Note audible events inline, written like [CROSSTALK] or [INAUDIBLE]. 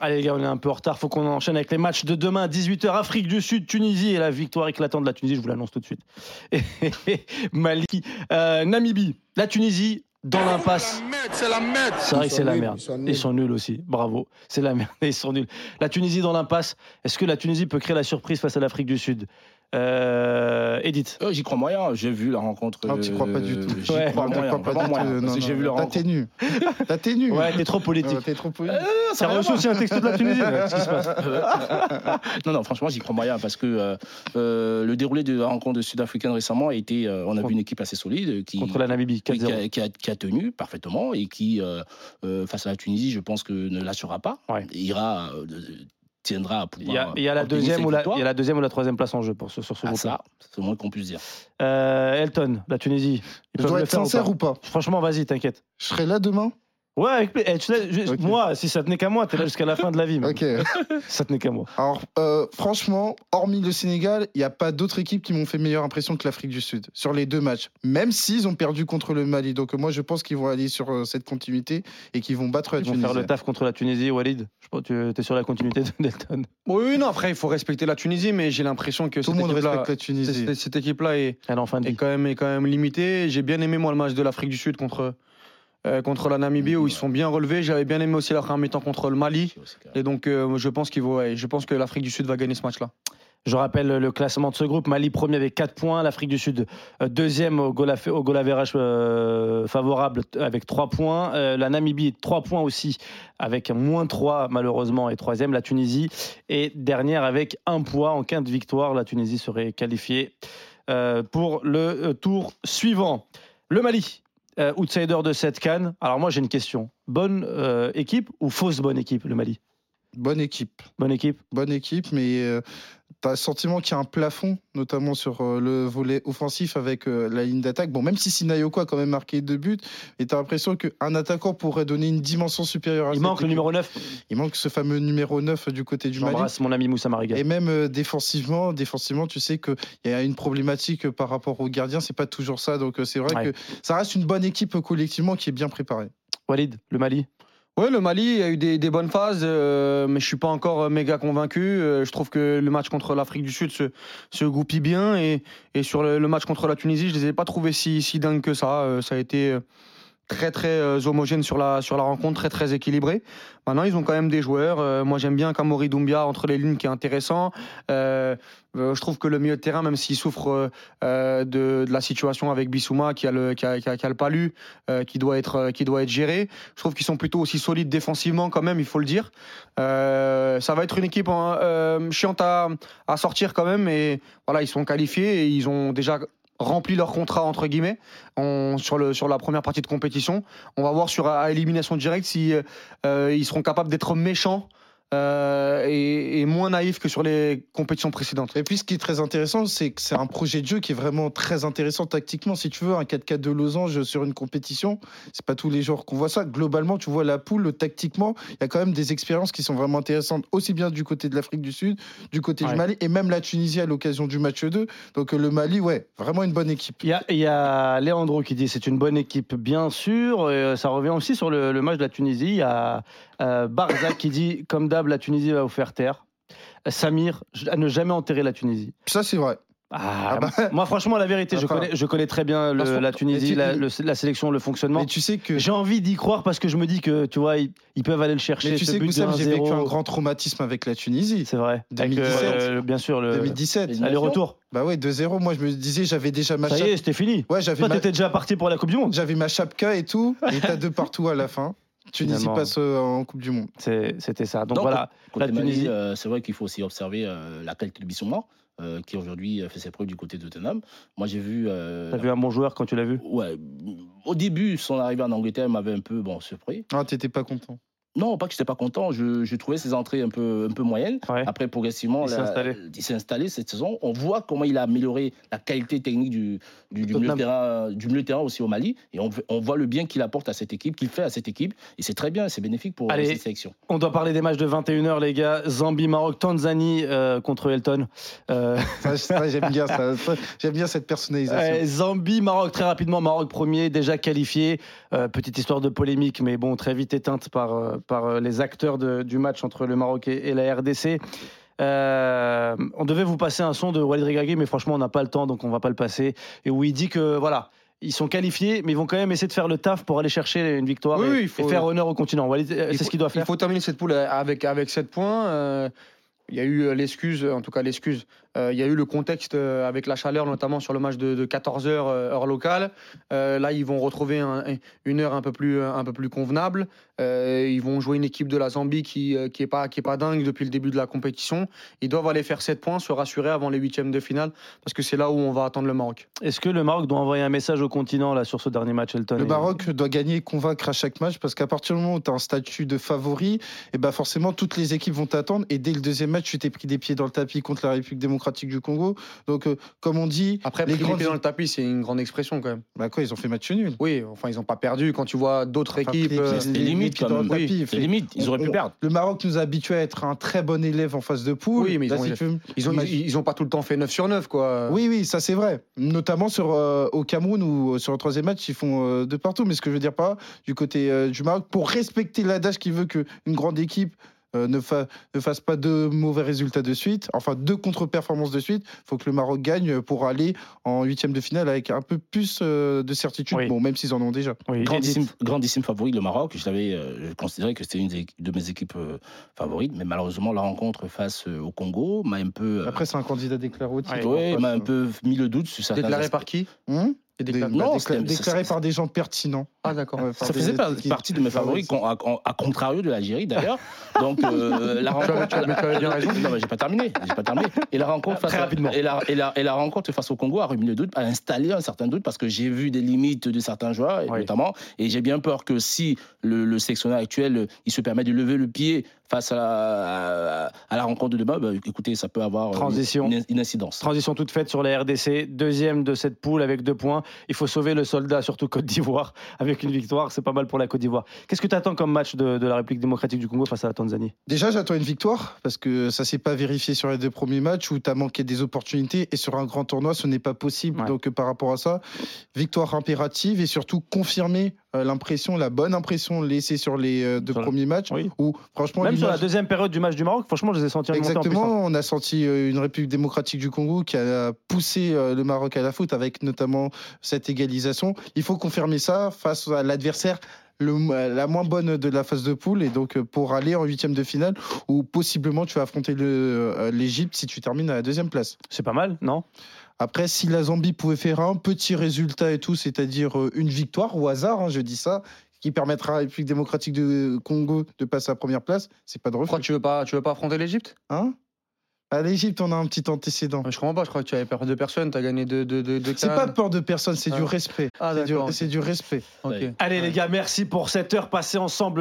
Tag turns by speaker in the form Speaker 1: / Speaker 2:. Speaker 1: Allez les gars, on est un peu en retard, faut qu'on enchaîne avec les matchs de demain, 18h Afrique du Sud, Tunisie et la victoire éclatante de la Tunisie, je vous l'annonce tout de suite. [LAUGHS] Mali, euh, Namibie, la Tunisie dans l'impasse.
Speaker 2: C'est la merde.
Speaker 1: C'est vrai
Speaker 3: Ils
Speaker 1: que
Speaker 3: sont
Speaker 1: c'est la
Speaker 3: nuls,
Speaker 1: merde.
Speaker 3: ils sont
Speaker 1: Ils
Speaker 3: nuls.
Speaker 1: sont nuls aussi, bravo, c'est la merde, [LAUGHS] ils sont nuls. La Tunisie dans l'impasse, est-ce que la Tunisie peut créer la surprise face à l'Afrique du Sud euh, Edith
Speaker 4: Euh, J'y crois moyen, j'ai vu la rencontre. euh,
Speaker 2: Non, t'y crois pas du tout.
Speaker 4: J'y
Speaker 1: Ouais.
Speaker 4: crois
Speaker 2: T'as
Speaker 4: moyen,
Speaker 2: pas
Speaker 4: vraiment
Speaker 2: d'être-
Speaker 4: moyen,
Speaker 2: non,
Speaker 4: parce que
Speaker 2: non,
Speaker 4: j'ai vu la rencontre.
Speaker 2: T'atténues. T'atténues.
Speaker 1: Ouais, t'es trop
Speaker 3: [LAUGHS]
Speaker 1: politique.
Speaker 2: Euh, T'es trop poli.
Speaker 1: Ça
Speaker 4: va
Speaker 1: reçu aussi un texto de la Tunisie Qu'est-ce qui se [LAUGHS] passe
Speaker 4: Non, non, franchement, j'y crois moyen parce que euh, euh, le déroulé de la rencontre sud-africaine récemment a été. euh, on a
Speaker 1: Contre-
Speaker 4: vu une équipe assez solide euh, qui.
Speaker 1: Contre la Namibie,
Speaker 4: oui, qui
Speaker 1: 4-0.
Speaker 4: a, qui a- qui a tenu parfaitement et qui, euh, euh, face à la Tunisie, je pense que ne lâchera pas.
Speaker 1: Ouais.
Speaker 4: Ira, euh, tiendra à
Speaker 1: Il y a,
Speaker 4: pouvoir.
Speaker 1: il y a la
Speaker 4: obtenir
Speaker 1: deuxième
Speaker 4: cette
Speaker 1: ou la,
Speaker 4: victoire.
Speaker 1: il y a la deuxième ou la troisième place en jeu pour ce, sur ce
Speaker 4: Ah,
Speaker 1: groupe-là.
Speaker 4: ça, c'est le moins qu'on puisse dire.
Speaker 1: Euh, Elton, la Tunisie. Ils
Speaker 2: Je
Speaker 1: peuvent
Speaker 2: dois
Speaker 1: le
Speaker 2: être
Speaker 1: faire ou
Speaker 2: sincère
Speaker 1: pas
Speaker 2: ou pas
Speaker 1: Franchement, vas-y, t'inquiète.
Speaker 2: Je serai là demain
Speaker 1: Ouais, avec pla- eh, tu sais, je-
Speaker 2: Ok.
Speaker 1: moi, si ça tenait qu'à moi, t'es
Speaker 2: [LAUGHS]
Speaker 1: là jusqu'à la fin de la vie. mec.
Speaker 2: Ok.
Speaker 1: Ça tenait qu'à moi.
Speaker 2: Alors, euh, franchement, hormis le Sénégal, il n'y a pas d'autres équipes qui m'ont fait meilleure impression que l'Afrique du Sud sur les deux matchs, même s'ils ont perdu contre le Mali. Donc, moi, je pense qu'ils vont aller sur euh, cette continuité et qu'ils vont battre la
Speaker 1: Ils vont
Speaker 2: Tunisie.
Speaker 1: faire le taf contre la Tunisie, Walid. Je pense que tu es sur la continuité de- d'Elton.
Speaker 5: Oui, non, après, il faut respecter la Tunisie, mais j'ai l'impression que
Speaker 2: Tout
Speaker 5: cette
Speaker 2: le monde
Speaker 5: équipe-là
Speaker 2: respecte la Tunisie.
Speaker 5: cette- cette équipe-là est,
Speaker 1: Elle est en fin de
Speaker 5: est
Speaker 1: vie.
Speaker 5: quand même, est quand même limitée. J'ai bien aimé, moi, le match de l'Afrique du Sud contre, euh, contre la Namibie, où ils se sont bien relevés. J'avais bien aimé aussi la première mi-temps contre le Mali. Et donc, euh, je pense qu'il vaut- ouais, je pense que l'Afrique du Sud va gagner ce match-là.
Speaker 1: Je rappelle le classement de ce groupe. Mali premier avec 4 points, l'Afrique du Sud euh, deuxième au goal, aff- au goal average, euh, favorable t- avec 3 points, Euh, la Namibie 3 points aussi avec moins 3 malheureusement et troisième la Tunisie et dernière avec 1 point en quinte victoire la Tunisie serait qualifiée euh, pour le euh, tour suivant. Le Mali, euh, outsider de cette canne. Alors moi j'ai une question. Bonne euh, équipe ou fausse bonne équipe le Mali
Speaker 2: Bonne équipe.
Speaker 1: Bonne équipe
Speaker 2: Bonne équipe, mais euh, t'as le sentiment qu'il y a un plafond, notamment sur euh, le volet offensif avec euh, la ligne d'attaque. Bon, même si Sinayoko a quand même marqué deux buts, et t'as l'impression qu'un attaquant pourrait donner une dimension supérieure à
Speaker 1: Il
Speaker 2: cette
Speaker 1: manque le
Speaker 2: équipe.
Speaker 1: numéro 9.
Speaker 2: Il manque ce fameux numéro 9 du côté du Mali.
Speaker 1: J'embrasse mon ami Moussa Mariga.
Speaker 2: Et même euh, défensivement, défensivement, tu sais qu'il y a une problématique euh, par rapport aux gardiens, c'est pas toujours ça. Donc euh, c'est vrai
Speaker 1: Ouais.
Speaker 2: que ça reste une bonne équipe euh, collectivement qui est bien préparée.
Speaker 1: Walid, le Mali
Speaker 5: Oui, le Mali a eu des, des bonnes phases, euh, mais je suis pas encore euh, méga convaincu. Euh, je trouve que le match contre l'Afrique du Sud se, se goupille bien. Et, et sur le, le match contre la Tunisie, je les ai pas trouvés si, si dingues que ça. Euh, ça a été euh, très, très euh, homogène sur la, sur la rencontre, très, très équilibré. Maintenant, ils ont quand même des joueurs. Euh, moi, j'aime bien Kamori Doumbia entre les lignes qui est intéressant. Euh, euh, je trouve que le milieu de terrain, même s'il souffre euh, euh, de, de la situation avec Bissouma, qui a le, qui a, qui a- qui a le palu, euh, qui, doit être, euh, qui doit être géré. Je trouve qu'ils sont plutôt aussi solides défensivement quand même, il faut le dire. Euh, ça va être une équipe hein, euh, chiante à, à sortir quand même, mais voilà, ils sont qualifiés et ils ont déjà rempli leur contrat entre guillemets on- sur, le, sur la première partie de compétition. On va voir sur à élimination directe si euh, ils seront capables d'être méchants euh, et, et moins naïfs que sur les compétitions précédentes.
Speaker 2: Et puis ce qui est très intéressant, c'est que c'est un projet de jeu qui est vraiment très intéressant tactiquement. Si tu veux, un 4-4 de losange sur une compétition, c'est pas tous les jours qu'on voit ça. Globalement, tu vois la poule, euh, tactiquement, il y a quand même des expériences qui sont vraiment intéressantes, aussi bien du côté de l'Afrique du Sud, du côté
Speaker 1: Ouais.
Speaker 2: du Mali, et même la Tunisie à l'occasion du match 2. Donc euh, le Mali, ouais, vraiment une bonne équipe.
Speaker 1: Il y a, il y a Leandro qui dit c'est une bonne équipe, bien sûr. Euh, ça revient aussi sur le, le match de la Tunisie. Il y a euh, Barza qui dit comme d'hab, la Tunisie va vous faire taire. Samir, j- à ne jamais enterrer la Tunisie.
Speaker 2: Ça, c'est vrai.
Speaker 1: Ah,
Speaker 2: Ah bah.
Speaker 1: Moi, franchement, la vérité, je
Speaker 2: Enfin.
Speaker 1: connais, je connais très bien le-
Speaker 2: Parce qu'on-
Speaker 1: la Tunisie,
Speaker 2: Mais tu-
Speaker 1: la, le- la sélection, le fonctionnement.
Speaker 2: Mais tu sais que
Speaker 1: J'ai envie d'y croire parce que je me dis que, tu vois, ils, ils peuvent aller le chercher.
Speaker 2: Mais tu
Speaker 1: ce
Speaker 2: sais que
Speaker 1: but de
Speaker 2: Oussam, j'ai vécu
Speaker 1: 1-0.
Speaker 2: un grand traumatisme avec la Tunisie.
Speaker 1: C'est vrai. Avec, euh,
Speaker 2: 2017.
Speaker 1: le- bien sûr, le
Speaker 2: 2017.
Speaker 4: Allez,
Speaker 1: aller-retour.
Speaker 2: Bah ouais, 2-0. Moi, je me disais, j'avais déjà ma
Speaker 1: Ça y est,
Speaker 2: chapka.
Speaker 1: c'était fini.
Speaker 2: Ouais, j'avais
Speaker 1: Toi,
Speaker 2: ma...
Speaker 1: t'étais déjà parti pour la Coupe du Monde.
Speaker 2: j'avais ma chapka et tout. Et t'as deux partout à la fin. Tunisie
Speaker 1: Finalement.
Speaker 2: passe euh, en Coupe du Monde.
Speaker 1: C'est- C'était ça. Donc
Speaker 4: Donc,
Speaker 1: voilà.
Speaker 4: Côté
Speaker 1: La
Speaker 4: Mali,
Speaker 1: Tunisie.
Speaker 4: euh, c'est vrai qu'il faut aussi observer euh, la qualité de Bissouma, euh, qui aujourd'hui euh, fait ses preuves du côté de Tottenham. Moi, j'ai vu. euh,
Speaker 1: T'as vu un bon joueur quand tu l'as vu
Speaker 4: Ouais, au début, son arrivée en Angleterre m'avait un peu bon, surpris.
Speaker 2: Ah, t'étais pas content.
Speaker 4: Non, pas que j'étais pas content, je, je trouvais ses entrées un peu, un peu moyennes.
Speaker 1: Ouais.
Speaker 4: Après, progressivement,
Speaker 1: Il s'est
Speaker 4: la-
Speaker 1: installé.
Speaker 4: il s'est installé cette saison. On voit comment il a amélioré la qualité technique du, du, du milieu, de
Speaker 1: Tottenham.
Speaker 4: terrain, euh, du milieu de terrain aussi au Mali. Et on, on voit le bien qu'il apporte à cette équipe, qu'il fait à cette équipe. Et c'est très bien, c'est bénéfique pour
Speaker 1: Allez.
Speaker 4: cette sélection.
Speaker 1: On doit parler des matchs de 21h, les gars. Zambie, Maroc, Tanzanie euh, contre Elton. Euh,
Speaker 2: Ça, ça, j'aime bien ça. Ça, J'aime bien cette personnalisation.
Speaker 1: euh, Zambie, Maroc, très rapidement. Maroc premier, déjà qualifié. Euh, petite histoire de polémique, mais bon, très vite éteinte par, euh, par euh, les acteurs de- du match entre le Maroc et, et la RDC. Euh, on devait vous passer un son de Walid Regragui, mais franchement, on n'a pas le temps, donc on va pas le passer. Et où il dit que voilà, ils sont qualifiés, mais ils vont quand même essayer de faire le taf pour aller chercher une victoire
Speaker 5: Oui,
Speaker 1: et,
Speaker 5: oui, il faut-
Speaker 1: et faire honneur au continent. Walid, euh,
Speaker 5: Il
Speaker 1: c'est
Speaker 5: faut-
Speaker 1: ce qu'il doit faire.
Speaker 5: Il faut terminer cette poule avec, avec 7 points. Euh, il y a eu euh, l'excuse, en tout cas l'excuse, euh, il y a eu le contexte euh, avec la chaleur, notamment sur le match de, 14h heure locale. Euh, là, ils vont retrouver un- une heure un peu plus, un peu plus convenable. Euh, ils vont jouer une équipe de la Zambie qui n'est qui est pas, qui est pas dingue depuis le début de la compétition. Ils doivent aller faire 7 points, se rassurer avant les huitièmes de finale, parce que c'est là où on va attendre le Maroc.
Speaker 1: Est-ce que le Maroc doit envoyer un message au continent là sur ce dernier match, Elton
Speaker 2: Le
Speaker 1: Et-
Speaker 2: Maroc doit gagner et convaincre à chaque match parce qu'à partir du moment où tu as un statut de favori, et ben forcément toutes les équipes vont t'attendre et dès le deuxième match, tu t'es pris des pieds dans le tapis contre la République démocratique du Congo. Donc euh, comme on dit,
Speaker 5: Après,
Speaker 2: les
Speaker 5: les
Speaker 2: grandes
Speaker 5: dans le tapis, c'est une grande expression quand même.
Speaker 2: bah quoi, ils ont fait match nul.
Speaker 5: Oui, enfin, ils n'ont pas perdu. Quand tu vois d'autres
Speaker 2: Enfin,
Speaker 5: équipes.
Speaker 2: pris-
Speaker 5: euh,
Speaker 2: les-
Speaker 4: C'était
Speaker 2: les
Speaker 4: limite,
Speaker 2: pieds
Speaker 4: quand
Speaker 2: dans le
Speaker 4: même.
Speaker 2: tapis,
Speaker 5: Oui,
Speaker 2: fait-
Speaker 4: C'est limite, ils auraient
Speaker 2: on-
Speaker 4: pu perdre.
Speaker 2: Le Maroc nous a habitués à être un très bon élève en phase de poule.
Speaker 5: Oui, mais ils
Speaker 2: Là,
Speaker 5: ont-
Speaker 2: si tu veux-
Speaker 5: Ils ont,
Speaker 2: Imagine-
Speaker 5: ils, ils ont pas tout le temps fait 9 sur 9, quoi.
Speaker 2: Oui, oui, ça c'est vrai. Notamment sur, euh, au Cameroun ou sur le troisième match, ils font euh, de partout. Mais ce que je veux dire pas du côté euh, du Maroc, pour respecter l'adage qui veut qu'une grande équipe euh, ne, fa- ne fasse pas de mauvais résultats de suite, enfin deux contre-performances de suite, il faut que le Maroc gagne pour aller en huitième de finale avec un peu plus euh, de certitude.
Speaker 1: Oui.
Speaker 2: Bon, même s'ils en ont déjà.
Speaker 1: Oui,
Speaker 4: Grandissime, grandissime favori, le Maroc. Je l'avais euh, je considérais que c'était une des- de mes équipes euh, favorites, mais malheureusement, la rencontre face euh, au Congo m'a un peu. euh,
Speaker 2: Après, c'est un candidat déclaré au titre.
Speaker 1: Ouais,
Speaker 4: ouais,
Speaker 2: Enfin, euh,
Speaker 4: m'a un
Speaker 2: ça-
Speaker 4: peu mis le doute sur certains
Speaker 5: Déclaré
Speaker 4: aspects.
Speaker 5: par qui
Speaker 2: Hum
Speaker 5: Et
Speaker 2: Des-
Speaker 5: déclaré-
Speaker 4: Non,
Speaker 2: bah, décla-
Speaker 4: c'était-
Speaker 2: déclaré
Speaker 4: c'est-
Speaker 2: par des gens pertinents.
Speaker 5: Ah, d'accord.
Speaker 2: Ouais, par
Speaker 4: Ça
Speaker 2: des-
Speaker 4: faisait pas
Speaker 2: qui-
Speaker 4: partie de mes
Speaker 2: qui-
Speaker 4: favoris, con- à, con- à contrario de l'Algérie d'ailleurs. Donc euh, la
Speaker 5: Tu avais-
Speaker 4: rencontre.
Speaker 5: tu avais- tu avais bien raison.
Speaker 4: Non, mais j'ai pas terminé. J'ai pas terminé. Et la rencontre face à-
Speaker 1: rapidement.
Speaker 4: et la, et la- et la rencontre face au Congo a remis le doute, a installé un certain doute parce que j'ai vu des limites de certains joueurs, et
Speaker 1: Oui.
Speaker 4: notamment. Et j'ai bien peur que si le, le sélectionneur actuel euh, il se permet de lever le pied face à la, à- à la rencontre de demain, bah, écoutez, ça peut avoir euh,
Speaker 1: Transition.
Speaker 4: une, une incidence.
Speaker 1: Transition toute faite sur la RDC, deuxième de cette poule avec deux points. Il faut sauver le soldat, surtout Côte d'Ivoire, [LAUGHS] avec une victoire. C'est pas mal pour la Côte d'Ivoire. Qu'est-ce que tu attends comme match de, de la République démocratique du Congo face à la Tanzanie
Speaker 2: Déjà, j'attends une victoire parce que ça s'est pas vérifié sur les deux premiers matchs où tu as manqué des opportunités et sur un grand tournoi, ce n'est pas possible.
Speaker 1: Ouais.
Speaker 2: Donc, euh, par rapport à ça, victoire impérative et surtout confirmer euh, l'impression, la bonne impression laissée sur les euh, deux
Speaker 1: Sur la-
Speaker 2: premiers matchs
Speaker 1: Oui.
Speaker 2: où, franchement,
Speaker 1: Même sur la
Speaker 2: l'image-
Speaker 1: deuxième période du match du Maroc, franchement, je les ai sentis remonter en puissance.
Speaker 2: Exactement, on a senti euh, une République démocratique du Congo qui a poussé euh, le Maroc à la faute avec notamment cette égalisation. Il faut confirmer ça face à l'adversaire le- la moins bonne de la phase de poule et donc euh, pour aller en huitième de finale où possiblement tu vas affronter le- euh, l'Égypte si tu termines à la deuxième place.
Speaker 1: C'est pas mal, non
Speaker 2: Après, si la Zambie pouvait faire un petit résultat et tout, c'est-à-dire euh, une victoire au hasard, hein, je dis ça, qui permettra à la République démocratique du Congo de passer à la première place, c'est pas de refus.
Speaker 5: Pourquoi tu veux pas, tu veux pas affronter l'Égypte
Speaker 2: Hein à l'Égypte, on a un petit antécédent.
Speaker 5: Je comprends pas. Je crois que tu avais perdu deux personnes. T'as gagné deux, deux, deux, deux
Speaker 2: C'est pas
Speaker 5: cannes.
Speaker 2: peur de personne, c'est du
Speaker 5: Ah.
Speaker 2: respect.
Speaker 5: Ah
Speaker 2: C'est du-
Speaker 5: d'accord.
Speaker 2: c'est du respect.
Speaker 5: ok.
Speaker 1: Allez, les gars, merci pour cette heure passée ensemble.